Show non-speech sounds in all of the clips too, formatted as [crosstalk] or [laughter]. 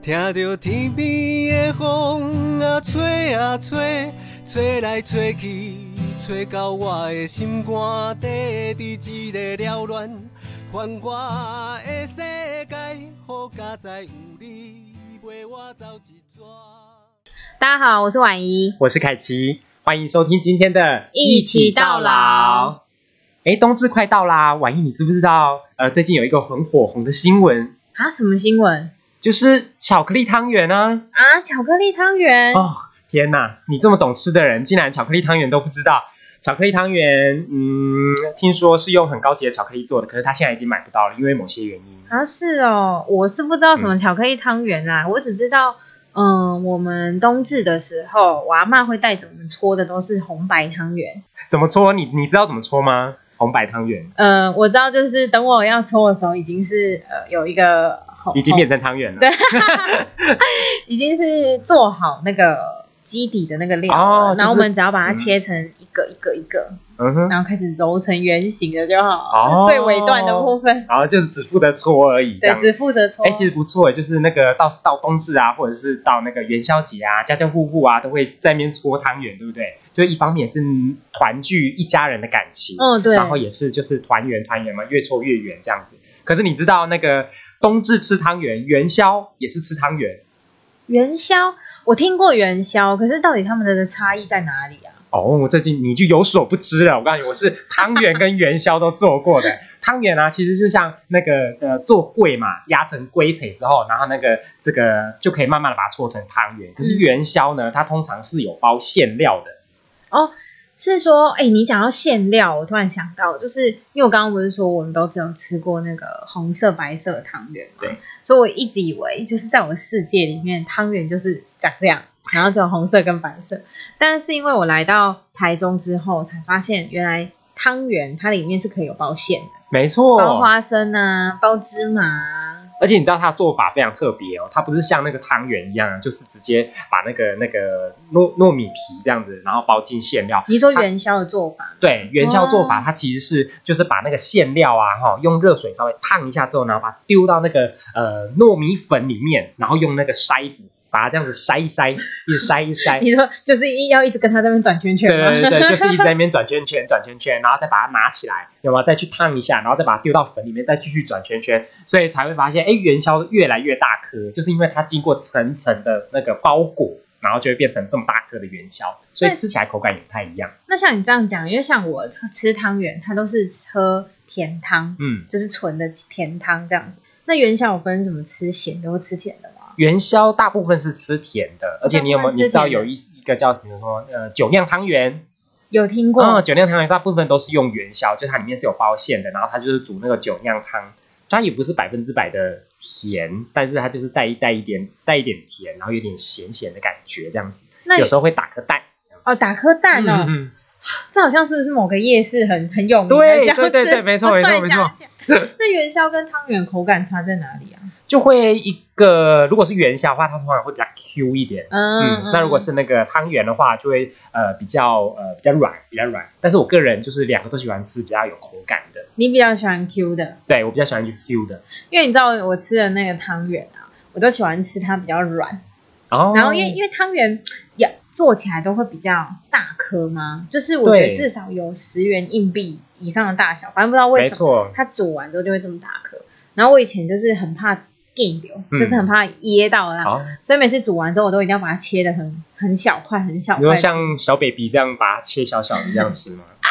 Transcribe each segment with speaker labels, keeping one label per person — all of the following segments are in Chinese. Speaker 1: 听着天边的风啊吹啊吹，吹来吹去，吹到我的心肝底，伫一个缭乱繁华的世界，好佳哉有你陪我走一逝。
Speaker 2: 大家好，我是婉怡。
Speaker 3: 我是凯奇，欢迎收听今天的
Speaker 2: 一起到老。
Speaker 3: 哎，冬至快到啦，婉意你知不知道？呃，最近有一个很火红的新闻，
Speaker 2: 啊，什么新闻
Speaker 3: 就是巧克力汤圆啊！
Speaker 2: 啊？巧克力汤圆、
Speaker 3: 哦，天哪，你这么懂吃的人，竟然巧克力汤圆都不知道。巧克力汤圆，嗯，听说是用很高级的巧克力做的，可是它现在已经买不到了，因为某些原因。
Speaker 2: 啊？是哦，我是不知道什么巧克力汤圆啦，我只知道，嗯，我们冬至的时候，我阿妈会带着我们搓的都是红白汤圆。
Speaker 3: 怎么搓？你你知道怎么搓吗？红白汤圆
Speaker 2: 呃，我知道，就是等我要搓的时候，已经是呃有一个红
Speaker 3: 已经变
Speaker 2: 成
Speaker 3: 成汤圆了。
Speaker 2: 对已经是做好那个基底的那个料了，
Speaker 3: 哦就是
Speaker 2: 然后我们只要把它切成一个一个一个，
Speaker 3: 嗯哼，
Speaker 2: 然后开始揉成圆形的就好，
Speaker 3: 哦
Speaker 2: 最尾段的部分。
Speaker 3: 然后就只负责搓而已，这
Speaker 2: 对，
Speaker 3: 样
Speaker 2: 只负责搓。
Speaker 3: 哎、其实不错，就是那个到到冬至啊，或者是到那个元宵节啊，家家户户啊都会在那边搓汤圆，对不对？就一方面是团聚一家人的感情，
Speaker 2: 嗯，对，
Speaker 3: 然后也是就是团圆团圆嘛，越搓越圆这样子。可是你知道那个冬至吃汤圆，元宵也是吃汤圆
Speaker 2: 元宵，我听过元宵，可是到底他们的差异在哪里啊？
Speaker 3: 哦。我最近你就有所不知了，我告诉你，我是汤圆跟元宵都做过的。 [laughs] 汤圆啊，其实就像那个呃做桂嘛，压成龟腿之后，然后那个这个就可以慢慢的把它搓成汤圆。可是元宵呢，它通常是有包馅料的。
Speaker 2: 是说，哎、你讲到馅料，我突然想到，就是因为我刚刚不是说我们都只有吃过那个红色、白色的汤圆嘛
Speaker 3: 对，
Speaker 2: 所以我一直以为就是在我的世界里面，汤圆就是长这样，然后只有红色跟白色。但是因为我来到台中之后，才发现原来汤圆它里面是可以有包馅的，
Speaker 3: 没错，
Speaker 2: 包花生啊，包芝麻啊，
Speaker 3: 而且你知道它的做法非常特别哦，它不是像那个汤圆一样，啊就是直接把那个那个糯糯米皮这样子，然后包进馅料。
Speaker 2: 你说元宵的做法吗
Speaker 3: 对，元宵做
Speaker 2: 哦
Speaker 3: 法它其实是就是把那个馅料啊，哈，用热水稍微烫一下之后，然后把它丢到那个呃糯米粉里面，然后用那个筛子把它这样子筛一筛，一直筛
Speaker 2: [laughs]
Speaker 3: 一筛，
Speaker 2: 你说就是一要一直跟他这边转圈圈吗？
Speaker 3: 对对对，就是一直在那边转圈圈，转圈圈，然后再把它拿起来，有没有？再去烫一下，然后再把它丢到粉里面，再继续转圈圈，所以才会发现，哎，元宵越来越大颗，就是因为它经过层层的那个包裹，然后就会变成这么大颗的元宵，所以
Speaker 2: 对
Speaker 3: 吃起来口感也不太一样。
Speaker 2: [laughs] 那像你这样讲，因为像我吃汤圆，它都是喝甜汤，
Speaker 3: 嗯，
Speaker 2: 就是纯的甜汤这样子。那元宵有分什么吃咸的或吃甜的吗？
Speaker 3: 元宵大部分是吃甜的，而且你有没有？
Speaker 2: 大部分
Speaker 3: 你
Speaker 2: 吃
Speaker 3: 知道
Speaker 2: 甜的
Speaker 3: 有一一个叫比如说呃酒酿汤圆，
Speaker 2: 有听过？
Speaker 3: 嗯，酒酿汤圆大部分都是用元宵，就它里面是有包馅的，然后它就是煮那个酒酿汤，它也不是百分之百的甜，但是它就是带一带一点带一点甜，然后有点咸咸的感觉这样子，
Speaker 2: 那
Speaker 3: 有时候会打颗蛋。
Speaker 2: 哦，打颗蛋哦，
Speaker 3: 嗯，
Speaker 2: 这好像是不是某个夜市很很有名的
Speaker 3: 对
Speaker 2: 小吃？
Speaker 3: 对对对没错
Speaker 2: 我突然
Speaker 3: 没错没错
Speaker 2: 想起来。 [laughs] 那元宵跟汤圆口感差在哪里啊？
Speaker 3: 就会一个如果是元宵的话，它通常会比较 Q 一点。 [laughs] 嗯，那如果是那个汤圆的话，就会呃比较呃比较软，比较软。但是我个人就是两个都喜欢吃比较有口感的，
Speaker 2: 嗯你比较喜欢 Q 的，
Speaker 3: 对我比较喜欢去 Q 的。
Speaker 2: 因为你知道我吃的那个汤圆啊，我都喜欢吃它比较软。
Speaker 3: 哦
Speaker 2: 然后因为因为汤圆也做起来都会比较大颗嘛，就是我觉
Speaker 3: 对
Speaker 2: 得至少有十元硬币以上的大小，反正不知道为
Speaker 3: 没
Speaker 2: 什么
Speaker 3: 错，
Speaker 2: 它煮完之后就会这么大颗。然后我以前就是很怕给流，
Speaker 3: 嗯
Speaker 2: 就是很怕噎到啦，
Speaker 3: 好，
Speaker 2: 所以每次煮完之后我都一定要把它切的很很小块很小
Speaker 3: 你说
Speaker 2: 块。
Speaker 3: 像小 baby 这样把它切小小的这样吃吗？
Speaker 2: 啊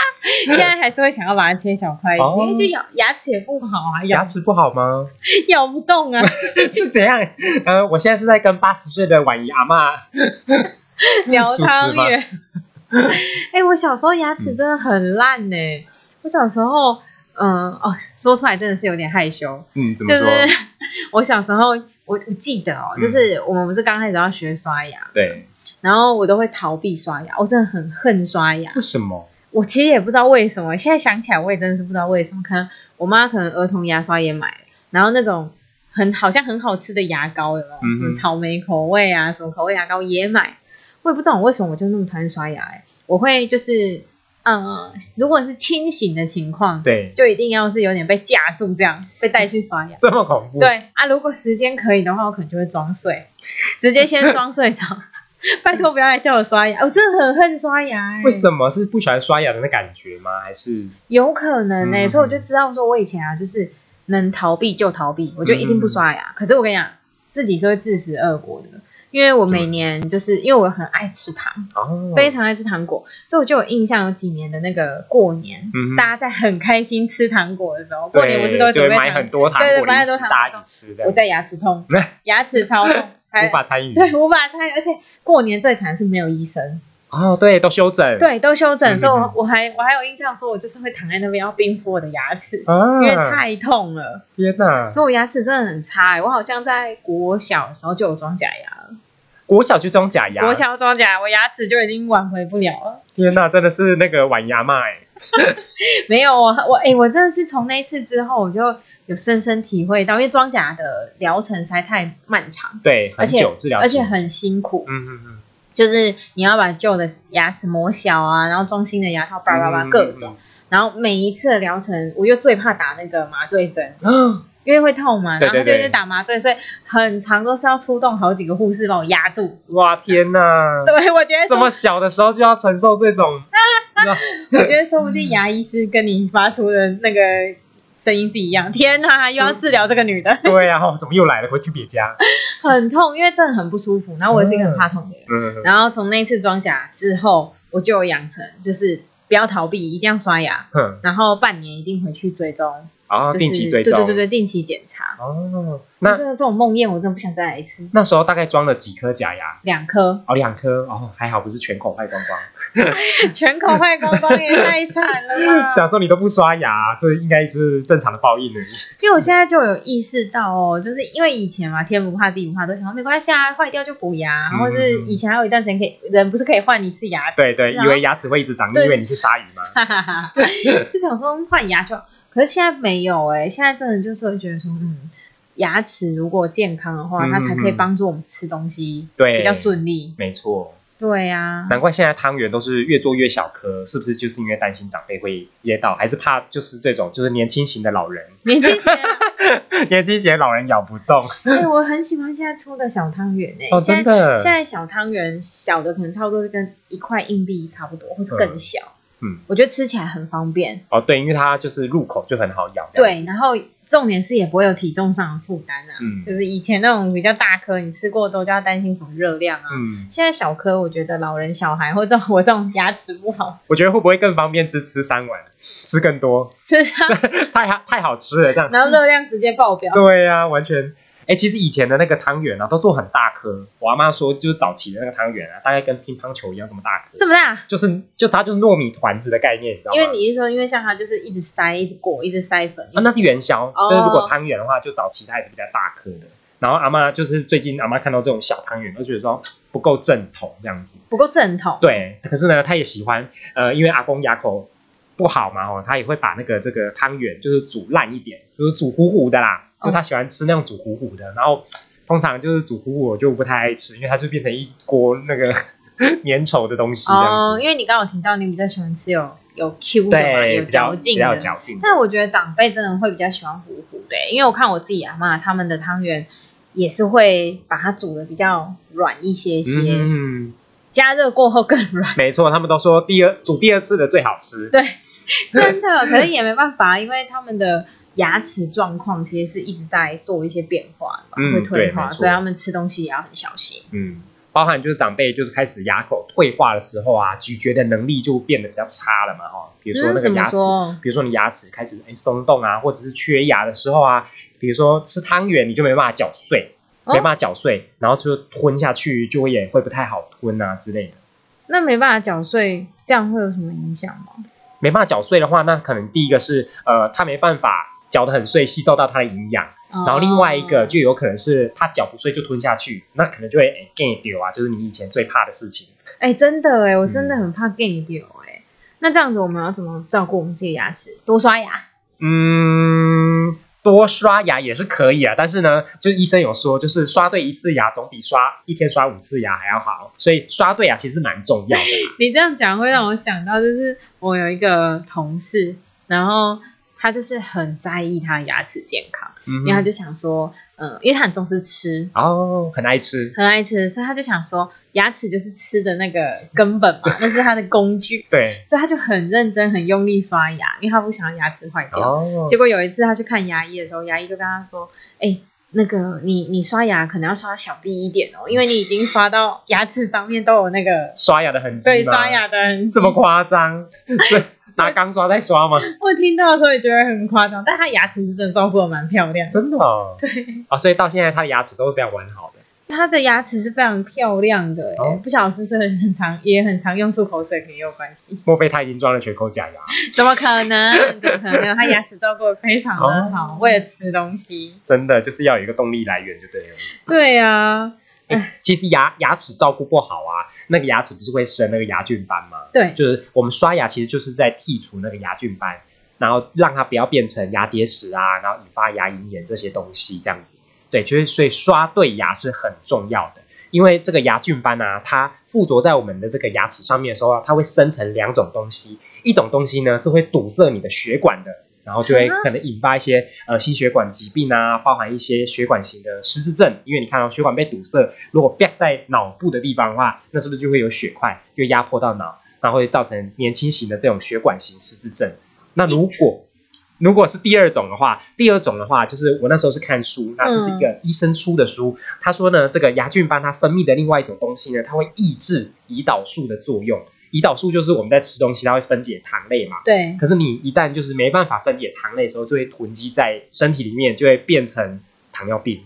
Speaker 2: 现在还是会想要把它切小块一点，
Speaker 3: 哦
Speaker 2: 因为就咬牙齿也不好啊，咬
Speaker 3: 牙齿不好吗？ [laughs]
Speaker 2: 咬不动啊。
Speaker 3: 是怎样？呃，我现在是在跟八十岁的婉仪阿妈， [laughs]
Speaker 2: 聊
Speaker 3: 主持
Speaker 2: 汤
Speaker 3: 吗嗯
Speaker 2: 圆。 [laughs] 哎、我小时候牙齿真的很烂呢、我小时候，嗯、哦，说出来真的是有点害羞。
Speaker 3: 嗯，怎
Speaker 2: 就
Speaker 3: 么
Speaker 2: 是
Speaker 3: 说？
Speaker 2: [laughs] 我小时候，我我记得哦，
Speaker 3: 嗯
Speaker 2: 就是我们不是刚开始要学刷牙，
Speaker 3: 对，
Speaker 2: 然后我都会逃避刷牙，我真的很恨刷牙。
Speaker 3: 为什么？
Speaker 2: 我其实也不知道为什么，现在想起来我也真的是不知道为什么，可能我妈可能儿童牙刷也买了，然后那种很好像很好吃的牙膏有没有？
Speaker 3: 嗯哼
Speaker 2: 什么草莓口味啊，什么口味牙膏也买，我也不知道我为什么我就那么讨厌刷牙、欸，我会就是。呃，如果是清醒的情况，
Speaker 3: 对，
Speaker 2: 就一定要是有点被架住这样，被带去刷牙。
Speaker 3: 这么恐怖，，
Speaker 2: 对啊，如果时间可以的话，我可能就会装睡，直接先装睡着。 [laughs] 拜托不要来叫我刷牙，我真的很恨刷牙、欸。
Speaker 3: 为什么是不喜欢刷牙的那感觉吗？还是
Speaker 2: 有可能呢、
Speaker 3: 嗯
Speaker 2: 所以我就知道说，我以前啊，就是能逃避就逃避，
Speaker 3: 嗯
Speaker 2: 我就一定不刷牙。可是我跟你讲，自己是会自食恶果的，因为我每年就是因为我很爱吃糖，
Speaker 3: 哦，
Speaker 2: 非常爱吃糖果，所以我就有印象有几年的那个过年，
Speaker 3: 嗯哼
Speaker 2: 大家在很开心吃糖果的时候，过年不是都会
Speaker 3: 对就
Speaker 2: 准备
Speaker 3: 买
Speaker 2: 糖
Speaker 3: 很多糖
Speaker 2: 对对
Speaker 3: 果
Speaker 2: 买
Speaker 3: 零
Speaker 2: 很多
Speaker 3: 食
Speaker 2: 糖
Speaker 3: 大
Speaker 2: 果
Speaker 3: 家一起吃的，
Speaker 2: 我在牙齿痛，
Speaker 3: [laughs]
Speaker 2: 牙齿超痛，还
Speaker 3: 无法参与，
Speaker 2: 对无法参与，而且过年最惨是没有医生，
Speaker 3: 哦，对，都修整，，
Speaker 2: 对都休整，
Speaker 3: 嗯
Speaker 2: 所以
Speaker 3: 嗯
Speaker 2: 我我还我还有印象说，我就是会躺在那边要冰敷我的牙齿，因
Speaker 3: 啊，
Speaker 2: 为太痛了，
Speaker 3: 天哪，
Speaker 2: 所以我牙齿真的很差、欸。我好像在国小的时候就有装假牙了，
Speaker 3: 国小就装假牙，
Speaker 2: 国小装假牙，我牙齿就已经挽回不了了。
Speaker 3: 天哪，真的是那个晚牙嘛，哎，
Speaker 2: 没有我我哎、我真的是从那一次之后，我就有深深体会到，因为装假的疗程实在太漫长，
Speaker 3: 对，
Speaker 2: 而
Speaker 3: 很
Speaker 2: 且
Speaker 3: 久治疗期，
Speaker 2: 而且很辛苦，
Speaker 3: 嗯嗯嗯，
Speaker 2: 就是你要把旧的牙齿磨小啊，然后装新的牙套，叭叭叭
Speaker 3: 嗯
Speaker 2: 各种。，然后每一次的疗程，我又最怕打那个麻醉针，
Speaker 3: 嗯嗯嗯
Speaker 2: 因为会痛嘛，
Speaker 3: 对
Speaker 2: 然后
Speaker 3: 对
Speaker 2: 就
Speaker 3: 对
Speaker 2: 是打麻醉，所以很长都是要出动好几个护士把我压住。
Speaker 3: [gasps] 哇，天哪，
Speaker 2: 对，我觉得
Speaker 3: 这
Speaker 2: 说
Speaker 3: 嗯么，小的时候就要承受这
Speaker 2: [laughs]
Speaker 3: 种，
Speaker 2: 我觉得说不定牙医师跟你发出的那个声音是一样。天哪，又要治疗这个女
Speaker 3: [laughs]
Speaker 2: 的，
Speaker 3: 对啊，怎么又来了？回去别家，
Speaker 2: [laughs] 很痛，因为真的很不舒服。然后我也是一个很怕痛的人。
Speaker 3: 嗯，
Speaker 2: 然后从那次装甲之后，我就有养成就是不要逃避，一定要刷牙，
Speaker 3: 哼，
Speaker 2: 然后半年一定回去追踪，
Speaker 3: 然后
Speaker 2: 就是
Speaker 3: 哦定期追踪，
Speaker 2: 对对对对，定期检查。
Speaker 3: 哦，那
Speaker 2: 真的这种梦魇，我真的不想再来一次。
Speaker 3: 那时候大概装了几颗假牙？
Speaker 2: 两颗
Speaker 3: 哦，两颗哦，还好不是全口坏光 [laughs] 光。
Speaker 2: 全口坏光光也太惨了
Speaker 3: [laughs]
Speaker 2: 吧！
Speaker 3: 小时候你都不刷牙，这应该是正常的报应而已。
Speaker 2: 因为我现在就有意识到哦，就是因为以前嘛，天不怕地不怕，都想说没关系啊，坏掉就补牙，
Speaker 3: 嗯
Speaker 2: 或是以前还有一段时间可以，人不是可以换一次牙齿？啊
Speaker 3: 对对，
Speaker 2: 然
Speaker 3: 以
Speaker 2: 后
Speaker 3: 为牙齿会一直长，你
Speaker 2: 对
Speaker 3: 以为你是鲨鱼吗？
Speaker 2: 哈哈哈， [laughs] 就想说换牙就好，可是现在没有哎、现在真的就是会觉得说，嗯，牙齿如果健康的话，
Speaker 3: 嗯
Speaker 2: 它才可以
Speaker 3: 嗯
Speaker 2: 帮助我们吃东西
Speaker 3: 对，
Speaker 2: 比较。顺利。
Speaker 3: 没错，
Speaker 2: 对啊呀、
Speaker 3: 难怪现在汤圆都是越做越小颗，是不是就是因为担心长辈会噎到，还是怕就是这种就是年轻型的老人， [laughs]
Speaker 2: 年轻时啊
Speaker 3: 年轻型的老人咬不动？ [laughs]
Speaker 2: 哎、我很喜欢现在出的小汤圆哎，
Speaker 3: 哦，
Speaker 2: 现在
Speaker 3: 真的
Speaker 2: 现，在小汤圆小的可能差不多是跟一块硬币差不多，或是更小。
Speaker 3: 嗯嗯
Speaker 2: 我觉得吃起来很方便。
Speaker 3: 哦对，因为它就是入口就很好咬，这
Speaker 2: 对，
Speaker 3: 样子，
Speaker 2: 然后重点是也不会有体重上的负担啊。
Speaker 3: 嗯
Speaker 2: 就是以前那种比较大颗，你吃过多就要担心什么热量啊。
Speaker 3: 嗯，
Speaker 2: 现在小颗，我觉得老人、小孩或者我这种牙齿不好，
Speaker 3: 我觉得会不会更方便吃吃三碗，吃更多， [laughs]
Speaker 2: 吃上
Speaker 3: 太好太好吃了这样。
Speaker 2: 然后热量直接爆表。
Speaker 3: [laughs] 对呀、完全。哎、其实以前的那个汤圆啊，都做很大颗。我阿妈说，就是早期的那个汤圆啊，大概跟乒乓球一样这么大颗，
Speaker 2: 这么大，
Speaker 3: 就是就它就是糯米团子的概念，你知道吗？
Speaker 2: 因为你是说，因为像它就是一直塞、一直裹、一直塞粉。
Speaker 3: 啊，那是元宵，
Speaker 2: 哦
Speaker 3: 但是如果汤圆的话，就早期它还是比较大颗的。然后阿妈就是最近阿妈看到这种小汤圆，都觉得说嘖不够正统这样子。
Speaker 2: 不够正统。
Speaker 3: 对，可是呢，她也喜欢，呃，因为阿公牙口不好嘛，哦，她也会把那个这个汤圆就是煮烂一点，就是煮糊糊的啦，
Speaker 2: 哦
Speaker 3: 就她喜欢吃那种煮糊糊的。然后通常就是煮糊糊，我就不太爱吃，因为它就变成一锅那个 [laughs] 粘稠的东西这样
Speaker 2: 哦，
Speaker 3: 子。
Speaker 2: 因为你刚刚有提到你比较喜欢吃有有 Q 的嘛，
Speaker 3: 对，
Speaker 2: 有
Speaker 3: 比较
Speaker 2: 嚼
Speaker 3: 比
Speaker 2: 劲
Speaker 3: 较
Speaker 2: 的
Speaker 3: 有。嚼劲的。
Speaker 2: 但我觉得长辈真的会比较喜欢糊糊的欸、因为我看我自己阿妈他们的汤圆也是会把它煮的比较软一些些，
Speaker 3: 嗯，
Speaker 2: 加热过后更软。 [laughs]
Speaker 3: 没错，他们都说第二煮第二次的最好吃。
Speaker 2: 对，真的，可是也没办法，因为他们的牙齿状况其实是一直在做一些变化的嘛，
Speaker 3: 嗯
Speaker 2: 会退
Speaker 3: 对
Speaker 2: 化，
Speaker 3: 没错
Speaker 2: 所以他们吃东西也要很小心。
Speaker 3: 嗯，包含就是长辈就是开始牙口退化的时候啊，咀嚼的能力就变得比较差了嘛，哈。比如说
Speaker 2: 嗯
Speaker 3: 那个
Speaker 2: 怎么
Speaker 3: 牙齿，
Speaker 2: 说
Speaker 3: 比如说你牙齿开始哎松动啊，或者是缺牙的时候啊，比如说吃汤圆你就没办法嚼碎，
Speaker 2: 哦
Speaker 3: 没办法嚼碎，然后就吞下去就会也会不太好吞啊之类的。
Speaker 2: 那没办法缴税，这样会有什么影响吗？
Speaker 3: 没办法嚼碎的话，那可能第一个是呃，它没办法嚼得很碎，吸收到它的营养。然后另外一
Speaker 2: 哦
Speaker 3: 个就有可能是他嚼不碎就吞下去，那可能就会 get 丢啊，就是你以前最怕的事情。
Speaker 2: 哎、真的哎、我真的很怕 get 掉哎。那这样子我们要怎么照顾我们自己的牙齿？多刷牙，
Speaker 3: 嗯，多刷牙也是可以啊，但是呢，就是医生有说，就是刷对一次牙总比刷一天刷五次牙还要好，所以刷对牙其实蛮重要
Speaker 2: [laughs]
Speaker 3: 的啦。
Speaker 2: 你这样讲会让我想到，就是我有一个同事，然后他就是很在意他的牙齿健康，
Speaker 3: 嗯
Speaker 2: 因为他
Speaker 3: 哼，
Speaker 2: 就想说，嗯，因为他很重视吃，
Speaker 3: 哦，很爱吃，
Speaker 2: 很爱吃，所以他就想说，牙齿就是吃的那个根本嘛，那是他的工具，
Speaker 3: 对，
Speaker 2: 所以他就很认真、很用力刷牙，因为他不想要牙齿坏掉。
Speaker 3: 哦，
Speaker 2: 结果有一次他去看牙医的时候，牙医就跟他说：“哎、那个你你刷牙可能要刷小力一点哦，因为你已经刷到牙齿上面都有那
Speaker 3: [laughs]
Speaker 2: 个
Speaker 3: 刷牙的痕迹吗
Speaker 2: 对刷牙的痕迹。”
Speaker 3: 这么夸张？ [laughs] 是拿钢刷在刷吗？
Speaker 2: 我听到的时候也觉得很夸张，但他牙齿是真的照顾的蛮漂亮的，
Speaker 3: 真的、哦？
Speaker 2: 对，
Speaker 3: 啊、所以到现在他的牙齿都是非常完好的。
Speaker 2: 他的牙齿是非常漂亮的、哎、
Speaker 3: 哦
Speaker 2: 不晓得是不是很常也很常用漱口水，可能也有关系。
Speaker 3: 莫非他已经装了全口假牙？
Speaker 2: 怎么可能？怎么可能？他牙齿照顾的非常的好，
Speaker 3: 哦
Speaker 2: 为了吃东西。
Speaker 3: 真的就是要有一个动力来源就对了。
Speaker 2: 对啊，
Speaker 3: 其实牙牙齿照顾不好啊，那个牙齿不是会生那个牙菌斑吗？
Speaker 2: 对
Speaker 3: 就是我们刷牙其实就是在剔除那个牙菌斑，然后让它不要变成牙结石啊，然后引发牙龈炎这些东西这样子。对，就是所以刷对牙是很重要的，因为这个牙菌斑啊，它附着在我们的这个牙齿上面的时候啊，它会生成两种东西，一种东西呢是会堵塞你的血管的。然后就会
Speaker 2: 啊
Speaker 3: 可能引发一些呃心血管疾病啊，包含一些血管型的失智症，因为你看到、血管被堵塞，如果啪在脑部的地方的话，那是不是就会有血块，就压迫到脑，然后会造成年轻型的这种血管型失智症。那如果如果是第二种的话，第二种的话就是我那时候是看书，那这是一个医生出的书，他说呢，这个牙菌斑它分泌的另外一种东西呢，它会抑制胰岛素的作用。胰岛素就是我们在吃东西，它会分解糖类嘛。
Speaker 2: 对，
Speaker 3: 可是你一旦就是没办法分解糖类的时候，就会囤积在身体里面，就会变成糖尿病。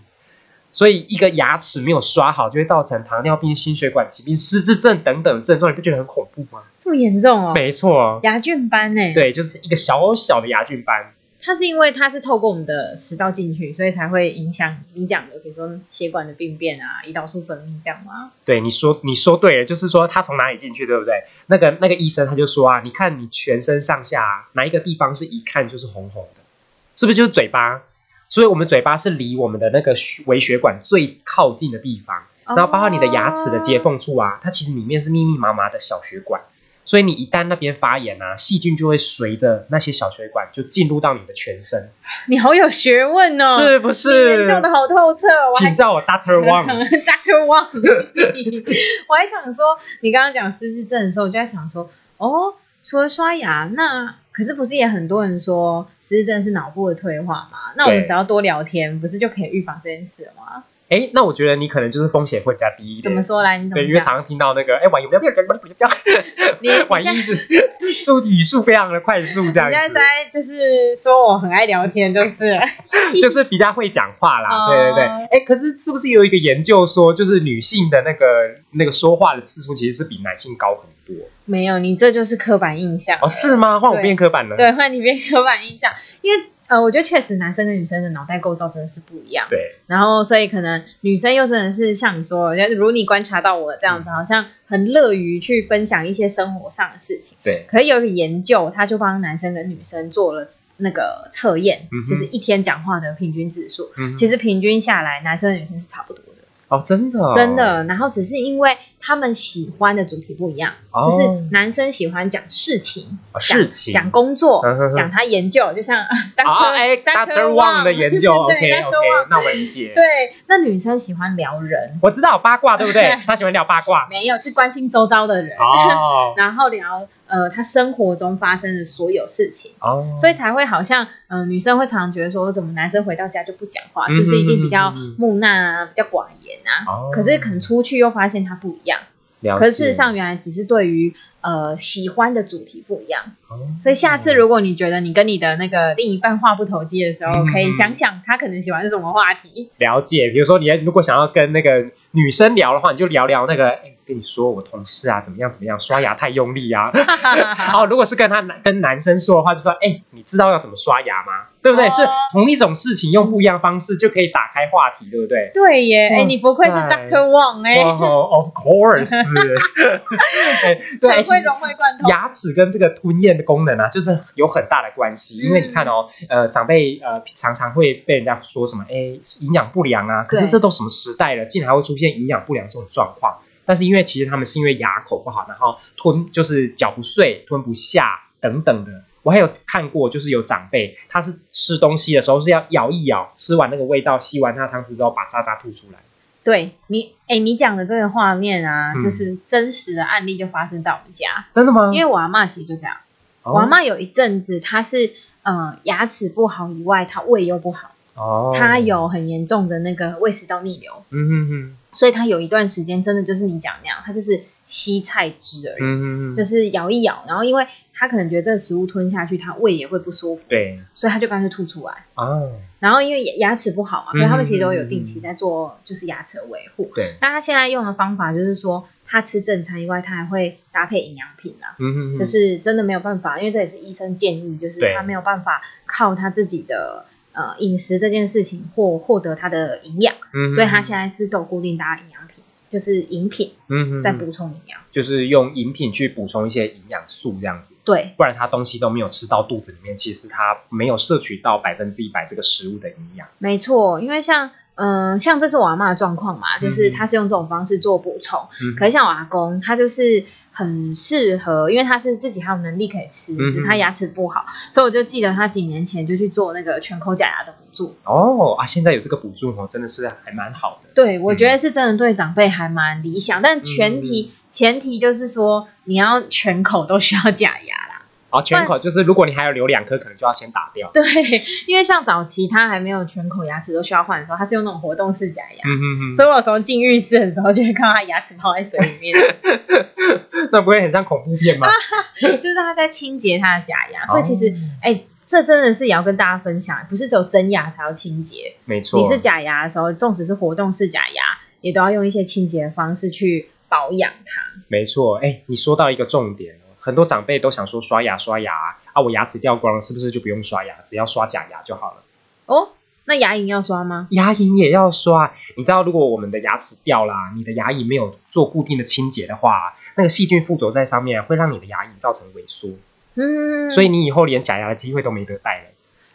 Speaker 3: 所以一个牙齿没有刷好，就会造成糖尿病、心血管疾病、失智症等等症状，你不觉得很恐怖吗？
Speaker 2: 这么严重哦。
Speaker 3: 没错，
Speaker 2: 牙菌斑欸呢、，
Speaker 3: 对，就是一个小小的牙菌斑。
Speaker 2: 它是因为它是透过我们的食道进去，所以才会影响你讲的，比如说血管的病变啊、胰岛素分泌这样吗？
Speaker 3: 对，你说你说对了，就是说他从哪里进去，对不对？那个那个医生他就说啊，你看你全身上下啊哪一个地方是一看就是红红的，是不是就是嘴巴？所以我们嘴巴是离我们的那个血微血管最靠近的地方，然后包括你的牙齿的接缝处啊，它其实里面是密密麻麻的小血管，所以你一旦那边发炎啊，细菌就会随着那些小血管就进入到你的全身，
Speaker 2: 哦，
Speaker 3: [laughs]
Speaker 2: 你好有学问哦，
Speaker 3: 是不
Speaker 2: 你
Speaker 3: 是
Speaker 2: 研？究的好透彻哦，我还
Speaker 3: 请叫我 Doctor
Speaker 2: [laughs]
Speaker 3: Wang。
Speaker 2: Doctor Wang，我还想说，你刚刚讲失智症的时候，我就在想说，哦，除了刷牙，那可是不是也很多人说失智症是脑部的退化嘛？那我们
Speaker 3: 对
Speaker 2: 只要多聊天，不是就可以预防这件事了吗？
Speaker 3: 哎，那我觉得你可能就是风险会比较低一点。
Speaker 2: 怎么说来？你怎
Speaker 3: 对，
Speaker 2: 么
Speaker 3: 因为
Speaker 2: 讲？
Speaker 3: 常常听到那个，哎，网友不要不 [laughs] 要不要不要不
Speaker 2: 你你
Speaker 3: [laughs] 要，网友
Speaker 2: 现
Speaker 3: 一直速语速非常的快速，这
Speaker 2: 人家
Speaker 3: 样子
Speaker 2: 在就是说我很爱聊天，就是了
Speaker 3: 就是比较会讲话啦，
Speaker 2: 哦
Speaker 3: 对对对。哎，可是是不是有一个研究说，就是女性的那个那个说话的次数其实是比男性高很多？
Speaker 2: [laughs] 没有你，这就是刻板印象
Speaker 3: 哦，是吗？换我
Speaker 2: 对
Speaker 3: 变刻板了。
Speaker 2: 对，换你变刻板印象，因为呃，我觉得确实男生跟女生的脑袋构造真的是不一样。
Speaker 3: 对
Speaker 2: 然后所以可能女生又真的是像你说的，如你观察到我这
Speaker 3: 嗯
Speaker 2: 样子，好像很乐于去分享一些生活上的事情。
Speaker 3: 对
Speaker 2: 可是有一个研究，他就帮男生跟女生做了那个测验，
Speaker 3: 嗯哼
Speaker 2: 就是一天讲话的平均指数。
Speaker 3: 嗯，
Speaker 2: 其实平均下来，男生和女生是差不多的，
Speaker 3: 哦，真的哦
Speaker 2: 真的。然后只是因为他们喜欢的主题不一样，
Speaker 3: 哦
Speaker 2: 就是男生喜欢讲事情，
Speaker 3: 哦
Speaker 2: 讲
Speaker 3: 事情
Speaker 2: 讲工作
Speaker 3: 嗯哼，哼
Speaker 2: 讲他研究，就
Speaker 3: [laughs]
Speaker 2: 像
Speaker 3: 啊，
Speaker 2: Dr.
Speaker 3: 哎
Speaker 2: Dr.
Speaker 3: ，Doctor Wang 的研 [laughs] 究
Speaker 2: [laughs] 对
Speaker 3: ，OK
Speaker 2: Dr.
Speaker 3: OK，
Speaker 2: Wang
Speaker 3: 那我理解。
Speaker 2: 对，那女生喜欢聊人，
Speaker 3: 我知道八卦，对不对？ [laughs] 他喜欢聊八卦。
Speaker 2: 没有是关心周遭的人，
Speaker 3: 哦
Speaker 2: 然后聊呃她生活中发生的所有事情。
Speaker 3: [laughs] 哦，
Speaker 2: 所以才会好像，嗯、女生会常常觉得说，怎么男生回到家就不讲话，是不是一定比较
Speaker 3: 嗯嗯嗯嗯
Speaker 2: 木讷啊，比较寡言啊？
Speaker 3: 哦
Speaker 2: 可是可能出去又发现他不一样，
Speaker 3: 了
Speaker 2: 可是事实
Speaker 3: 解
Speaker 2: 上原来只是对于呃喜欢的主题不一样。
Speaker 3: 哦
Speaker 2: 所以下次如果你觉得你跟你的那个另一半话不投机的时候，
Speaker 3: 嗯嗯嗯
Speaker 2: 可以想想他可能喜欢什么话题。
Speaker 3: 了解，比如说你如果想要跟那个女生聊的话，你就聊聊那个，哎，跟你说我同事啊怎么样怎么样，刷牙太用力 [laughs] 啊。哦，如果是跟他男跟男生说的话，就说，哎，你知道要怎么刷牙吗？对不对？
Speaker 2: 哦
Speaker 3: 是同一种事情，用不一样方式就可以打开话题，对不对？
Speaker 2: 对耶，
Speaker 3: 哇
Speaker 2: 哎，你不愧是
Speaker 3: 塞
Speaker 2: Doctor Wang 哎、
Speaker 3: [laughs] 哦、o f course，哎，对，
Speaker 2: 太
Speaker 3: [laughs] 哎
Speaker 2: 会会融会贯通。
Speaker 3: 牙齿跟这个吞咽的功能啊，就是有很大的关系。因为
Speaker 2: 嗯
Speaker 3: 你看哦，呃，长辈呃常常会被人家说什么，哎，营养不良啊。可是
Speaker 2: 对
Speaker 3: 这都什么时代了，竟然还会出现营养不良这种状况？但是因为其实他们是因为牙口不好，然后吞就是嚼不碎、吞不下等等的。我还有看过，就是有长辈他是吃东西的时候是要咬一咬，吃完那个味道，吸完他的汤汁之后把渣渣吐出来。
Speaker 2: 对你，哎，你讲的这个画面啊，
Speaker 3: 嗯
Speaker 2: 就是真实的案例就发生在我们家，
Speaker 3: 真的吗？
Speaker 2: 因为我阿妈其实就这样。我阿
Speaker 3: 哦
Speaker 2: 妈有一阵子她是呃牙齿不好以外，她胃又不好，
Speaker 3: 哦，
Speaker 2: 她有很严重的那个胃食道逆流，
Speaker 3: 嗯哼哼，
Speaker 2: 所以她有一段时间真的就是你讲那样，她就是吸菜汁而已，
Speaker 3: 嗯哼
Speaker 2: 就
Speaker 3: 哼，
Speaker 2: 是咬一咬，然后因为她可能觉得这个食物吞下去，她胃也会不舒服，
Speaker 3: 对
Speaker 2: 所以她就干脆吐出来。
Speaker 3: 啊，
Speaker 2: 然后因为牙牙齿不好嘛，所以他们其实都有定期
Speaker 3: 嗯
Speaker 2: 在做就是牙齿的维护。
Speaker 3: 对，
Speaker 2: 那他现在用的方法就是说，他吃正餐以外，他还会搭配营养品啊。
Speaker 3: 嗯哼哼，
Speaker 2: 就是真的没有办法，因为这也是医生建议，就是
Speaker 3: 对
Speaker 2: 他没有办法靠他自己的呃饮食这件事情或获得他的营养，
Speaker 3: 嗯哼哼，
Speaker 2: 所以他现在是都固定搭营养品，就是饮品
Speaker 3: 嗯哼哼
Speaker 2: 在补充营养。
Speaker 3: 就是用饮品去补充一些营养素这样子，
Speaker 2: 对
Speaker 3: 不然他东西都没有吃到肚子里面，其实他没有摄取到百分之一百这个食物的营养。
Speaker 2: 没错，因为像嗯、呃像这是我阿妈的状况嘛，就是
Speaker 3: 嗯
Speaker 2: 他是用这种方式做补充，
Speaker 3: 嗯
Speaker 2: 可是像我阿公，他就是很适合，因为他是自己还有能力可以吃，
Speaker 3: 嗯
Speaker 2: 只是他牙齿不好，所以我就记得他几年前就去做那个全口假牙的补助。
Speaker 3: 哦啊，现在有这个补助哦，真的是还蛮好的。
Speaker 2: 对，我觉得是真的对长辈还蛮理想，但前
Speaker 3: 嗯
Speaker 2: 提、前提就是说你要全口都需要假牙啦。
Speaker 3: 好，全口就是如果你还要留两颗，可能就要先打掉。
Speaker 2: 对，因为像早期他还没有全口牙齿都需要换的时候，他是用那种活动式假牙。
Speaker 3: 嗯哼
Speaker 2: 所以我有时候进浴室的时候，就会看到他牙齿泡在水里
Speaker 3: [laughs]
Speaker 2: 面，
Speaker 3: 哼，那不会很像恐怖片吗？
Speaker 2: 就是他在清洁他的假牙。所以其实
Speaker 3: 哦，
Speaker 2: 哎、这真的是也要跟大家分享，不是只有真牙才要清洁，
Speaker 3: 没错，
Speaker 2: 你是假牙的时候，纵使是活动式假牙，也都要用一些清洁的方式去保养它。
Speaker 3: 没错，哎，你说到一个重点哦，很多长辈都想说刷牙刷牙啊啊，我牙齿掉光了，是不是就不用刷牙，只要刷假牙就好了？
Speaker 2: 哦，那牙龈要刷吗？
Speaker 3: 牙龈也要刷。你知道，如果我们的牙齿掉啦，你的牙龈没有做固定的清洁的话，那个细菌附着在上面，会让你的牙龈造成萎缩，
Speaker 2: 嗯，
Speaker 3: 所以你以后连假牙的机会都没得戴了。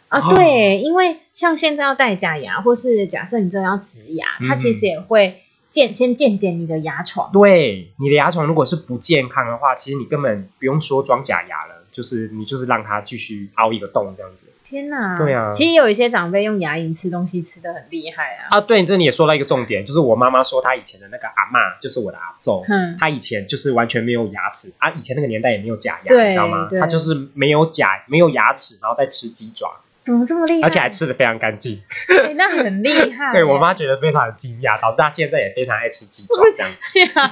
Speaker 3: 哦
Speaker 2: 啊，对，因为像现在要戴假牙，或是假设你真的要植牙，它
Speaker 3: 嗯
Speaker 2: 其实也会健先健检你的牙床。
Speaker 3: 对，你的牙床如果是不健康的话，其实你根本不用说装假牙了，就是你就是让它继续凹一个洞这样子。
Speaker 2: 天哪！
Speaker 3: 对啊
Speaker 2: 其实有一些长辈用牙龈吃东西吃的很厉害啊。
Speaker 3: 啊，对，这里也说到一个重点，就是我妈妈说她以前的那个阿嬷，就是我的阿祖，
Speaker 2: 嗯
Speaker 3: 她以前就是完全没有牙齿啊，以前那个年代也没有假牙，
Speaker 2: 对
Speaker 3: 你知道吗？
Speaker 2: 对
Speaker 3: 她就是没有假没有牙齿，然后再吃鸡爪，
Speaker 2: 怎么这么厉害？
Speaker 3: 而且还吃的非常干净。
Speaker 2: 哎那很
Speaker 3: [laughs]
Speaker 2: 厉害欸耶。
Speaker 3: 对我妈觉得非常惊讶，导致她现在也非常爱吃鸡爪
Speaker 2: [laughs]
Speaker 3: 这样子。
Speaker 2: 啊
Speaker 3: [laughs]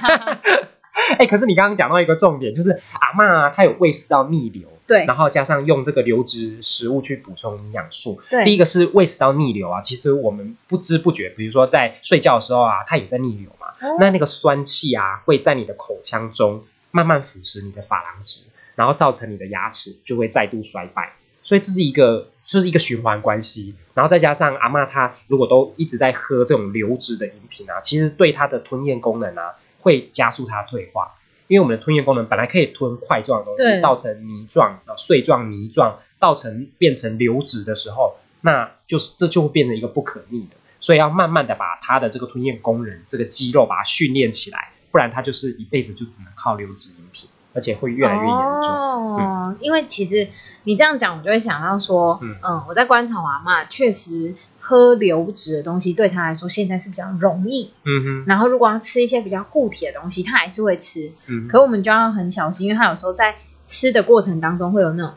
Speaker 3: 哎、可是你刚刚讲到一个重点，就是阿嬷啊她有胃食道逆流，
Speaker 2: 对
Speaker 3: 然后加上用这个流质食物去补充营养素。
Speaker 2: 对，
Speaker 3: 第一
Speaker 2: 个
Speaker 3: 个是胃食道逆流啊，其实我们不知不觉，比如说在睡觉的时候啊，它也在逆流嘛。
Speaker 2: 哦
Speaker 3: 那那个酸气啊，会在你的口腔中慢慢腐蚀你的珐琅质，然后造成你的牙齿就会再度衰败。所以这是一个就是一个循环关系。然后再加上阿嬷她如果都一直在喝这种流质的饮品啊，其实对她的吞咽功能啊会加速她退化。因为我们的吞咽功能本来可以吞块状的东
Speaker 2: 对
Speaker 3: 西，造成泥状、啊碎状、泥状，造成变成流质的时候，那就是这就会变成一个不可逆的。所以要慢慢的把它的这个吞咽功能、这个肌肉把它训练起来，不然它就是一辈子就只能靠流质饮品，而且会越来越严重。
Speaker 2: 哦，因为其实你这样讲，我就会想到说，嗯
Speaker 3: 嗯
Speaker 2: 我在观察我阿妈，确实喝流质的东西对她来说现在是比较容易，
Speaker 3: 嗯哼，
Speaker 2: 然后如果要吃一些比较固体的东西，她还是会吃，
Speaker 3: 嗯哼
Speaker 2: 可我们就要很小心，因为她有时候在吃的过程当中会有那种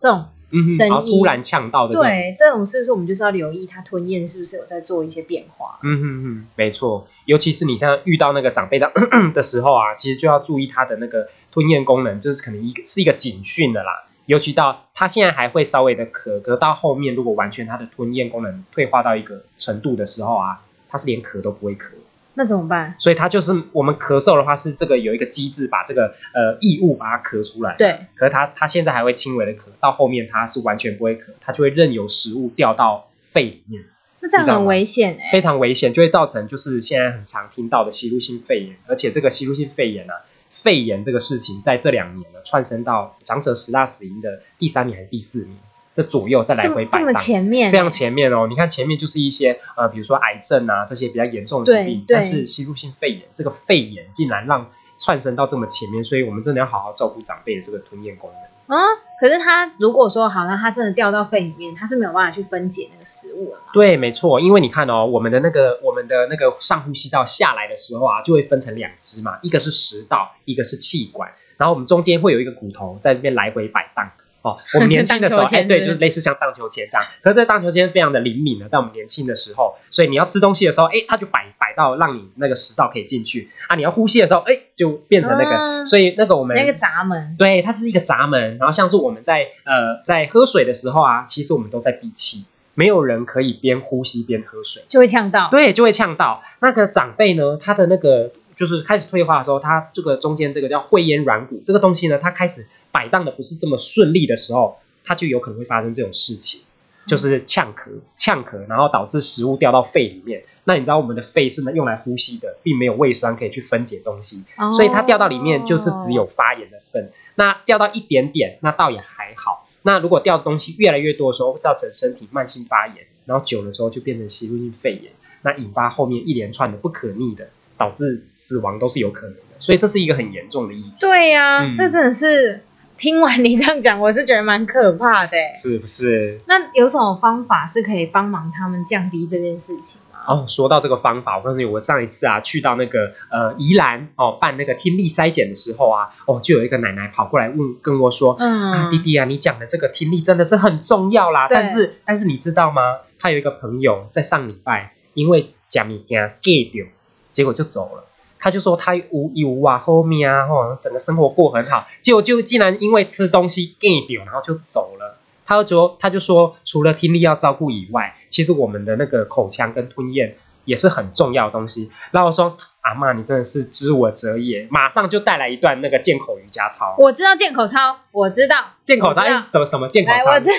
Speaker 2: 这种。
Speaker 3: 嗯哼，
Speaker 2: 生
Speaker 3: 然后
Speaker 2: 意
Speaker 3: 突然呛到的这种
Speaker 2: 对，这种是不是我们就是要留意她吞咽是不是有在做一些变化？
Speaker 3: 嗯哼哼，没错，尤其是你像遇到那个长辈的 [coughs] 的时候啊，其实就要注意他的那个吞咽功能，就是可能一个是一个警讯的啦。尤其到他现在还会稍微的咳，咳到后面如果完全他的吞咽功能退化到一个程度的时候啊，他是连咳都不会咳，
Speaker 2: 那怎么办？
Speaker 3: 所以他就是我们咳嗽的话是这个有一个机制把这个呃异物把它咳出来，
Speaker 2: 对，
Speaker 3: 可是他他现在还会轻微的咳，到后面他是完全不会咳，他就会任由食物掉到肺里面。
Speaker 2: 那这样
Speaker 3: 你知道
Speaker 2: 很
Speaker 3: 吗
Speaker 2: 危险哎、
Speaker 3: 非常危险，就会造成就是现在很常听到的吸入性肺炎，而且这个吸入性肺炎呢、啊，肺炎这个事情在这两年呢窜升到长者十大死因的第三名还是第四名这左右，再来
Speaker 2: 这
Speaker 3: 回
Speaker 2: 么
Speaker 3: 摆
Speaker 2: 这么
Speaker 3: 荡。
Speaker 2: 前面，
Speaker 3: 非常前面哦。你看前面就是一些呃，比如说癌症啊这些比较严重的疾病，
Speaker 2: 对对
Speaker 3: 但是吸入性肺炎这个肺炎竟然让窜升到这么前面，所以我们真的要好好照顾长辈的这个吞咽功
Speaker 2: 嗯，
Speaker 3: 能。
Speaker 2: 可是它如果说好像它真的掉到肺里面，它是没有办法去分解那个食物了嘛？
Speaker 3: 对，没错，因为你看哦，我们的那个我们的那个上呼吸道下来的时候啊，就会分成两支嘛，一个是食道，一个是气管，然后我们中间会有一个骨头在这边来回摆荡。哦，我们年轻的时
Speaker 2: [laughs]
Speaker 3: 候，
Speaker 2: 荡秋
Speaker 3: 哎，
Speaker 2: 千
Speaker 3: 对，
Speaker 2: 是不是
Speaker 3: 就是类似像荡秋千这样。可是这荡秋千非常的灵敏呢，啊在我们年轻的时候，所以你要吃东西的时候，哎，它就摆摆到让你那个食道可以进去啊；你要呼吸的时候，哎，就变成那个。
Speaker 2: 嗯
Speaker 3: 所以那个我们
Speaker 2: 那个闸门，
Speaker 3: 对，它是一个闸门。然后像是我们在呃在喝水的时候啊，其实我们都在闭气，没有人可以边呼吸边喝水，
Speaker 2: 就会呛到。
Speaker 3: 对，就会呛到。那个长辈呢，他的那个就是开始退化的时候，他这个中间这个叫会咽软骨这个东西呢，它开始摆荡的不是这么顺利的时候，它就有可能会发生这种事情。就是呛咳，呛咳，然后导致食物掉到肺里面。那你知道我们的肺是用来呼吸的，并没有胃酸可以去分解东西，
Speaker 2: 哦
Speaker 3: 所以它掉到里面就是只有发炎的份。那掉到一点点，那倒也还好。那如果掉的东西越来越多的时候，会造成身体慢性发炎，然后久的时候就变成吸入性肺炎，那引发后面一连串的不可逆的，导致死亡都是有可能的。所以这是一个很严重的议题，
Speaker 2: 对呀、
Speaker 3: 嗯
Speaker 2: 这真的是听完你这样讲，我是觉得蛮可怕的欸。
Speaker 3: 是不是？
Speaker 2: 那有什么方法是可以帮忙他们降低这件事情吗？
Speaker 3: 哦，说到这个方法，我告诉你，我上一次啊去到那个呃宜兰哦办那个听力筛检的时候啊，哦就有一个奶奶跑过来问跟我说，啊，
Speaker 2: 嗯，
Speaker 3: 弟弟啊，你讲的这个听力真的是很重要啦。
Speaker 2: 对
Speaker 3: 但是，但是你知道吗？他有一个朋友在上礼拜因为假物件 get 掉，结果就走了。他就说他无有啊，后面啊，吼，整个生活过很好，结果就竟然因为吃东西 get 掉，然后就走了。他就说，他就说，除了听力要照顾以外，其实我们的那个口腔跟吞咽也是很重要的东西。然后我说，阿妈，你真的是知我者也，马上就带来一段那个健口瑜伽操。
Speaker 2: 我知道健口操，我知道
Speaker 3: 健口操，
Speaker 2: 我知道
Speaker 3: 哎，什么什么健口
Speaker 2: 来，
Speaker 3: 操
Speaker 2: 我？知道，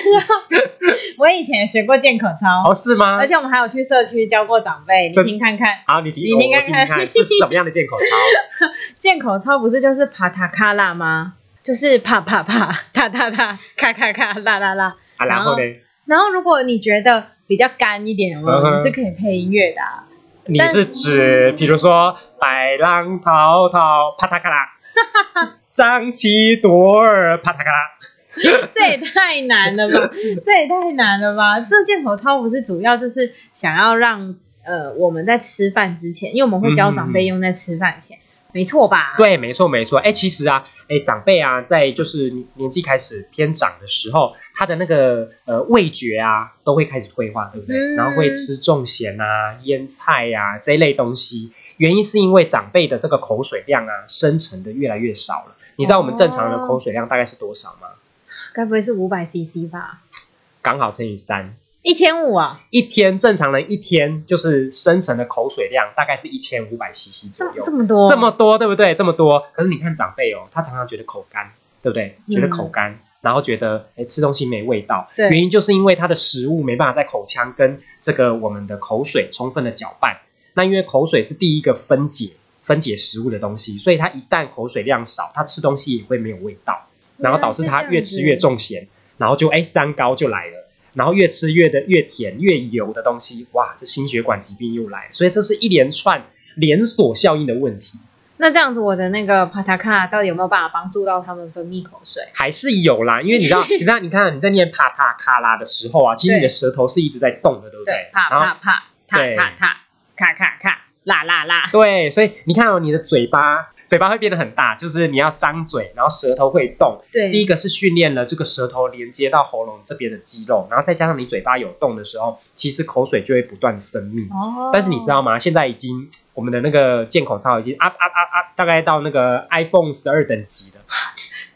Speaker 2: [laughs] 我以前学过健口操，
Speaker 3: 哦，是吗
Speaker 2: 而？且我们还有去社区教过长辈，
Speaker 3: 真
Speaker 2: 你听看看。
Speaker 3: 好，你听，
Speaker 2: 你
Speaker 3: 我
Speaker 2: 听
Speaker 3: 我
Speaker 2: 看 [laughs]
Speaker 3: 听
Speaker 2: 看
Speaker 3: 看是什么样的健口操？
Speaker 2: 健口操不是就是啪嗒咔啦吗？就是啪啪 [laughs] 啪，嗒嗒嗒，咔咔咔，啦啦啦。
Speaker 3: 啊，然后呢？
Speaker 2: 然后如果你觉得比较干一点，
Speaker 3: 嗯哼
Speaker 2: 我你是可以配音乐的、啊。
Speaker 3: 你是指，比如说白浪滔滔，啪嗒
Speaker 2: [laughs]
Speaker 3: 咔啦，张起朵儿，啪嗒咔啦。
Speaker 2: 这也太难了吧！这也太难了吧！这健口操不是主要就是想要让呃我们在吃饭之前，因为我们会教长辈用在吃饭前，没错吧？
Speaker 3: 嗯对，没错没错。哎，其实啊，哎，长辈啊，在就是年年纪开始偏长的时候，他的那个呃味觉啊，都会开始退化，对不对？
Speaker 2: 嗯
Speaker 3: 然后会吃重咸啊、腌菜呀、这一类东西。原因是因为长辈的这个口水量啊，生成的越来越少了。你知道我们正常的口水量大概是多少吗？
Speaker 2: 该不会是五百 CC 吧？
Speaker 3: 刚好乘以三。
Speaker 2: 一千五啊，
Speaker 3: 一天正常人一天就是生成的口水量大概是一千五百 CC 左
Speaker 2: 这
Speaker 3: 右
Speaker 2: 这，么多，
Speaker 3: 这么多，对不对？这么多。可是你看长辈哦，他常常觉得口干，对不对？
Speaker 2: 嗯
Speaker 3: 觉得口干，然后觉得哎吃东西没味道，
Speaker 2: 对
Speaker 3: 原因就是因为他的食物没办法在口腔跟这个我们的口水充分的搅拌。那因为口水是第一个分解分解食物的东西，所以他一旦口水量少，他吃东西也会没有味道，然后导致他越吃越重咸，然后就哎三高就来了。然后越吃越的越甜越油的东西，哇，这心血管疾病又来了，所以这是一连串连锁效应的问题。
Speaker 2: 那这样子，我的那个帕塔卡到底有没有办法帮助到他们分泌口水？
Speaker 3: 还是有啦，因为你知道，你知道，你看啊你在念啪嗒咔啦的时候啊，其实你的舌头是一直在动的，对不对？
Speaker 2: 啪
Speaker 3: 然后
Speaker 2: 啪啪，啪
Speaker 3: 对
Speaker 2: 啪啪，咔咔咔，啦啦啦，
Speaker 3: 对，所以你看哦，你的嘴巴，嘴巴会变得很大，就是你要张嘴，然后舌头会动。
Speaker 2: 对，
Speaker 3: 第一个是训练了这个舌头连接到喉咙这边的肌肉，然后再加上你嘴巴有动的时候，其实口水就会不断分泌。
Speaker 2: 哦，
Speaker 3: 但是你知道吗？现在已经我们的那个健口操已经 up up up up，大概到那个 iPhone 十二等级了。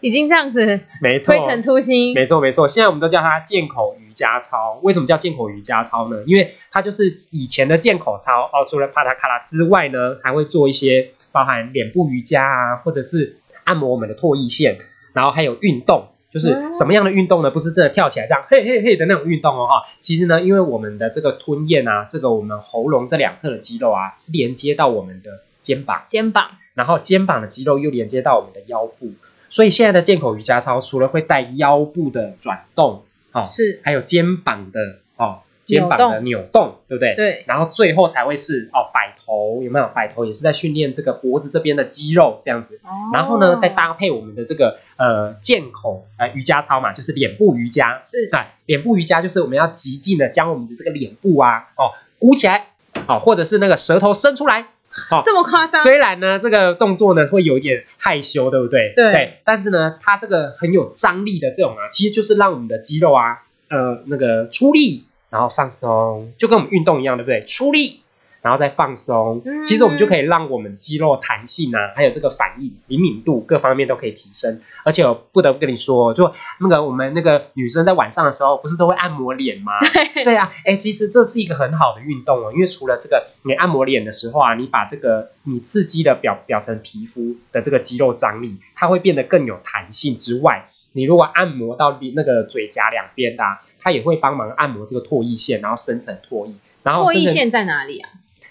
Speaker 2: 已经这样子
Speaker 3: 没错，
Speaker 2: 推陈出新，
Speaker 3: 没错没错，现在我们都叫它健口瑜伽操。为什么叫健口瑜伽操呢？因为它就是以前的健口操哦，除了帕塔卡拉之外呢，还会做一些包含脸部瑜伽啊，或者是按摩我们的唾液腺，然后还有运动。就是什么样的运动呢？不是真的跳起来这样嘿嘿嘿的那种运动哦哈。其实呢，因为我们的这个吞咽啊，这个我们喉咙这两侧的肌肉啊，是连接到我们的肩膀，
Speaker 2: 肩膀，
Speaker 3: 然后肩膀的肌肉又连接到我们的腰部，所以现在的健口瑜伽操除了会带腰部的转动，哦，
Speaker 2: 是
Speaker 3: 还有肩膀的哦，肩膀的扭动，对不对？
Speaker 2: 对，
Speaker 3: 然后最后才会是哦摆头，有没有摆头也是在训练这个脖子这边的肌肉这样子。然后呢，再
Speaker 2: 搭
Speaker 3: 搭配我们的这个呃健口呃瑜伽操嘛，就是脸部瑜伽。
Speaker 2: 是
Speaker 3: 对，脸部瑜伽就是我们要极尽的将我们的这个脸部啊哦鼓起来，哦或者是那个舌头伸出来，哦。
Speaker 2: 这么夸张，
Speaker 3: 虽然呢，这个动作呢会有一点害羞，对不对？
Speaker 2: 对
Speaker 3: 但是呢，它这个很有张力的这种啊，其实就是让我们的肌肉啊，呃，那个出力，然后放松，就跟我们运动一样，对不对？出力，然后再放松，
Speaker 2: 嗯
Speaker 3: 其实我们就可以让我们肌肉弹性啊，还有这个反应、灵敏度各方面都可以提升。而且我不得不跟你说，就那个我们那个女生在晚上的时候，不是都会按摩脸吗？
Speaker 2: 对
Speaker 3: [laughs] 对啊，哎，其实这是一个很好的运动哦，因为除了这个，你按摩脸的时候啊，你把这个你刺激的表表层皮肤的这个肌肉张力，它会变得更有弹性之外，你如果按摩到你那个嘴颊两边的、啊，它也会帮忙按摩这个唾液腺，然后生成唾液，然后
Speaker 2: 唾
Speaker 3: 生
Speaker 2: 液
Speaker 3: 成
Speaker 2: 腺在哪里啊？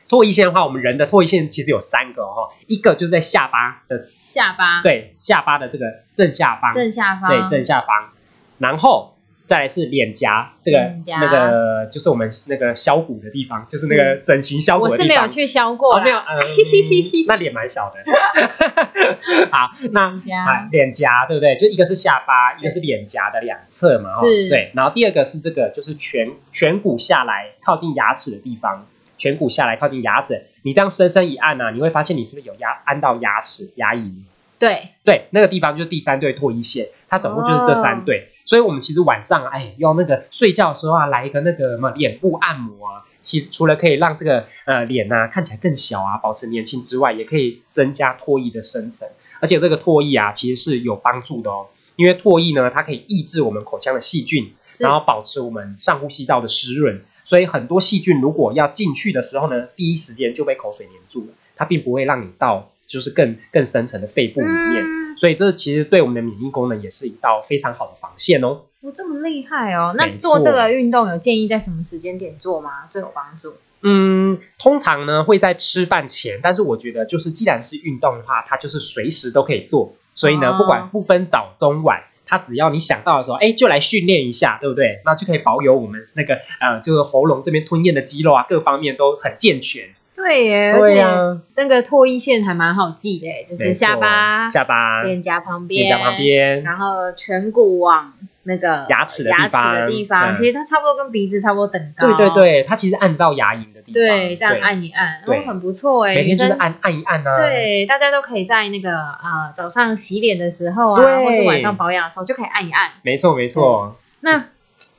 Speaker 3: 唾液腺的话，我们人的唾液腺其实有三个哦，一个就是在下巴的，
Speaker 2: 下巴，，
Speaker 3: 对，下巴的这个正下方，
Speaker 2: 正下方，
Speaker 3: 对，正下方，然后再来是脸颊，这个
Speaker 2: 脸颊
Speaker 3: 那个就是我们那个削骨的地方，就是那个整形削骨
Speaker 2: 我
Speaker 3: 的
Speaker 2: 是
Speaker 3: 地
Speaker 2: 没有
Speaker 3: 方。
Speaker 2: 去削过
Speaker 3: 哦，
Speaker 2: 啦，
Speaker 3: 没有，嗯，
Speaker 2: [laughs]
Speaker 3: 那脸蛮小的。 [laughs] 好，那
Speaker 2: 脸颊
Speaker 3: 哎脸颊对不对？就一个是下巴，一个是脸颊的两侧嘛，哈，
Speaker 2: 是
Speaker 3: 对。然后第二个是这个，就是颧颧骨下来靠近牙齿的地方，颧骨下来靠近牙齿，你这样深深一按呢、啊，你会发现你是不是有压按到牙齿牙龈？
Speaker 2: 对，
Speaker 3: 对，那个地方就是第三对唾液腺，它总共就是这
Speaker 2: 哦
Speaker 3: 三对。所以我们其实晚上啊，哎，要那个睡觉的时候啊，来一个那个什么脸部按摩啊，其除了可以让这个呃脸呐、看起来更小啊，保持年轻之外，也可以增加唾液的生成。而且这个唾液啊，其实是有帮助的哦，因为唾液呢，它可以抑制我们口腔的细菌，
Speaker 2: 是
Speaker 3: 然后保持我们上呼吸道的湿润。所以很多细菌如果要进去的时候呢，第一时间就被口水黏住了，它并不会让你到就是更更深层的肺部里面。
Speaker 2: 嗯，
Speaker 3: 所以这其实对我们的免疫功能也是一道非常好的防线哦。
Speaker 2: 我这么厉害哦，那
Speaker 3: 没错
Speaker 2: 做这个运动有建议在什么时间点做吗？最有帮助？
Speaker 3: 嗯，通常呢会在吃饭前，但是我觉得就是既然是运动的话，它就是随时都可以做，所以呢
Speaker 2: 哦
Speaker 3: 不管不分早中晚。它只要你想到的时候，哎，就来训练一下，对不对？那就可以保有我们那个呃，就是喉咙这边吞咽的肌肉啊，各方面都很健全。
Speaker 2: 对耶，
Speaker 3: 对啊呀、
Speaker 2: 而且那个唾液腺还蛮好记的耶，就是
Speaker 3: 没错啊
Speaker 2: 下巴、
Speaker 3: 下巴、
Speaker 2: 脸颊旁边、
Speaker 3: 脸颊旁，边，
Speaker 2: 然后颧骨往那个
Speaker 3: 牙齿的地
Speaker 2: 牙
Speaker 3: 方
Speaker 2: 齿的地方，
Speaker 3: 嗯
Speaker 2: 其实它差不多跟鼻子差不多等高。
Speaker 3: 对对对，它其实按到牙龈的地方，
Speaker 2: 对，这样，按一按，
Speaker 3: 对
Speaker 2: 哦，很不错哎，
Speaker 3: 每
Speaker 2: 女
Speaker 3: 天就是
Speaker 2: 生。
Speaker 3: 按按一按啊，，
Speaker 2: 对，大家都可以在那个啊、呃早上洗脸的时候啊，
Speaker 3: 对
Speaker 2: 或者晚上保养的时候就可以按一按。
Speaker 3: 没错没错，
Speaker 2: 那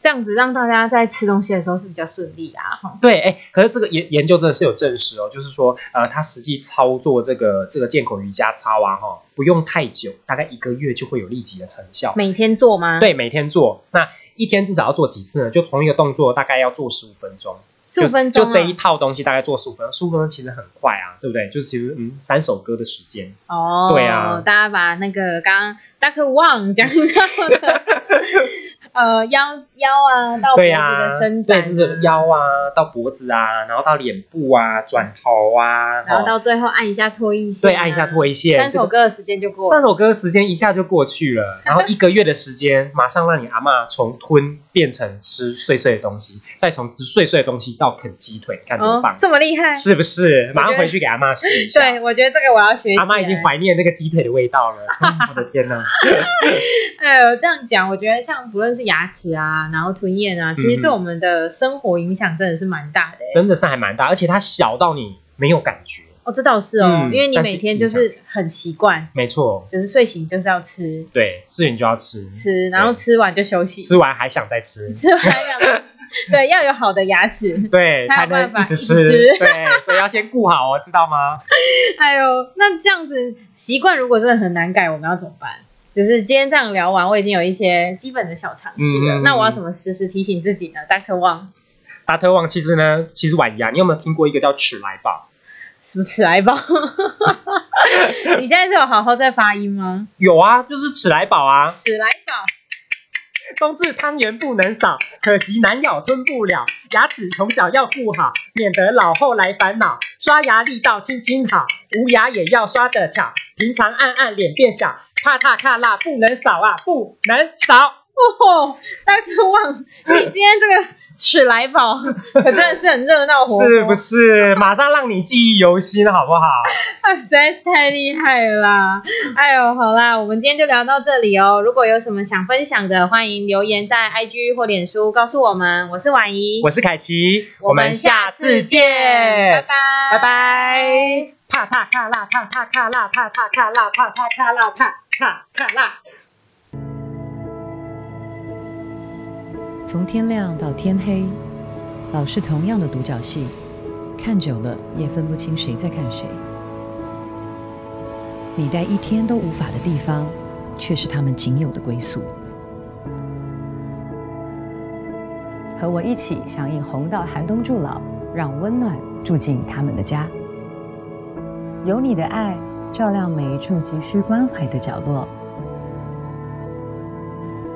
Speaker 2: 这样子让大家在吃东西的时候是比较顺利啊。哈
Speaker 3: 对，哎，可是这个研研究真的是有证实哦，就是说，呃，他实际操作这个这个健口瑜伽操啊，哈，不用太久，大概一个月就会有立即的成效。
Speaker 2: 每天做吗？，
Speaker 3: 对，每天做，那一天至少要做几次呢？就同一个动作大概要做十五分钟。
Speaker 2: 十五分钟啊
Speaker 3: 就，就这一套东西大概做十五分钟，十五分钟其实很快啊，对不对？就其实嗯，三首歌的时间。
Speaker 2: 哦，
Speaker 3: 对啊
Speaker 2: 大家把那个刚刚 Doctor Wang 讲到的， [laughs] 呃，腰腰啊到脖
Speaker 3: 对
Speaker 2: 子
Speaker 3: 呀、
Speaker 2: 的伸展、啊
Speaker 3: 对，就是，腰啊，到脖子啊，然后到脸部啊，转头啊，
Speaker 2: 然后
Speaker 3: 哦
Speaker 2: 到最后按一下脱衣线、
Speaker 3: 对，按一下唾
Speaker 2: 衣
Speaker 3: 液腺，
Speaker 2: 三首
Speaker 3: 这个。
Speaker 2: 歌的时间就过
Speaker 3: 三
Speaker 2: 了。
Speaker 3: 首歌的时间一下就过去
Speaker 2: [laughs]
Speaker 3: 了，然后一个月的时间，马上让你阿嬷从吞变成吃碎碎的东西，再从吃碎碎的东西到啃鸡腿，看多
Speaker 2: 哦
Speaker 3: 棒，，
Speaker 2: 这么厉害！
Speaker 3: 是不是？马上
Speaker 2: 我觉得
Speaker 3: 回去给阿嬷试一下。
Speaker 2: 对，我觉得这个我要学起来。
Speaker 3: 阿嬷已经怀念那个鸡腿的味
Speaker 2: [laughs]
Speaker 3: 道了。嗯我的天哪！
Speaker 2: 哎呦，这样讲，我觉得像不论是牙齿啊，然后吞咽啊，其实对我们的生活影响真的是蛮大的、欸。
Speaker 3: 嗯真的是还蛮大，而且它小到你没有感觉。
Speaker 2: 哦，这倒是哦，
Speaker 3: 嗯
Speaker 2: 因为你每天就是很习惯，
Speaker 3: 没错，
Speaker 2: 就是睡醒就是要吃
Speaker 3: 对，吃你就要吃，
Speaker 2: 吃，然后吃完就休息，
Speaker 3: 吃完还想再吃，
Speaker 2: 吃完要
Speaker 3: [laughs]
Speaker 2: 对要有好的牙齿。
Speaker 3: 对，
Speaker 2: 才
Speaker 3: 才
Speaker 2: 有办
Speaker 3: 能
Speaker 2: 法
Speaker 3: 一直
Speaker 2: 一直
Speaker 3: 吃，
Speaker 2: 吃
Speaker 3: 对，所以要先顾好哦，知道吗？
Speaker 2: 哎呦，那这样子习惯如果真的很难改，我们要怎么办？就是今天这样聊完，我已经有一些基本的小常识了，
Speaker 3: 嗯嗯嗯
Speaker 2: 那我要怎么时时提醒自己呢？大车忘
Speaker 3: 达特旺其实呢，其实晚牙，你有没有听过一个叫齿来宝？
Speaker 2: 什么齿癌 [laughs] 包？你现在是有好好在发音吗？
Speaker 3: 有啊，就是齿来宝啊，
Speaker 2: 史莱宝，
Speaker 3: 冬至汤圆不能少，可惜难咬吞不了。牙齿从小要顾好，免得老后来烦恼。刷牙力道轻轻好，无牙也要刷得巧。平常按按脸变小，怕怕怕辣不能少啊，不能少。
Speaker 2: 哦，大家忘，你今天这个取来
Speaker 3: [laughs]
Speaker 2: 宝可真的是很热闹活泼，
Speaker 3: 是不是？马上让你记忆犹新，好不好？
Speaker 2: 哎，实在是太厉害了啦！哎呦，好啦，我们今天就聊到这里哦。如果有什么想分享的，欢迎留言在 IG 或脸书告诉我们。我是婉怡，
Speaker 3: 我是凯奇，
Speaker 2: 我们下次见，拜拜，
Speaker 3: 拜拜。啪啪咔啦，啪啪咔啦，啪啪咔啦，啪啪咔啦，啪啪咔啦。
Speaker 4: 从天亮到天黑，老是同样的独角戏，看久了也分不清谁在看谁。你在一天都无法的地方，却是他们仅有的归宿。和我一起响应红到寒冬助老，让温暖住进他们的家。有你的爱，照亮每一处急需关怀的角落，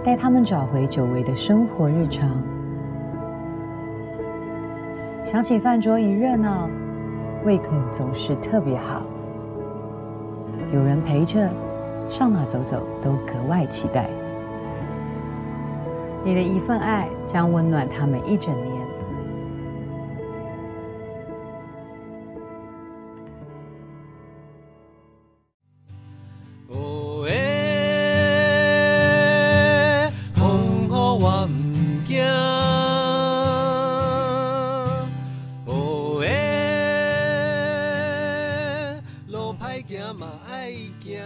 Speaker 4: 带他们找回久违的生活日常。想起饭桌一热闹，胃口总是特别好。有人陪着，上马走走都格外期待。你的一份爱将温暖他们一整年。
Speaker 1: 哦耶，风雨我唔惊。哦耶，路歹行嘛爱行。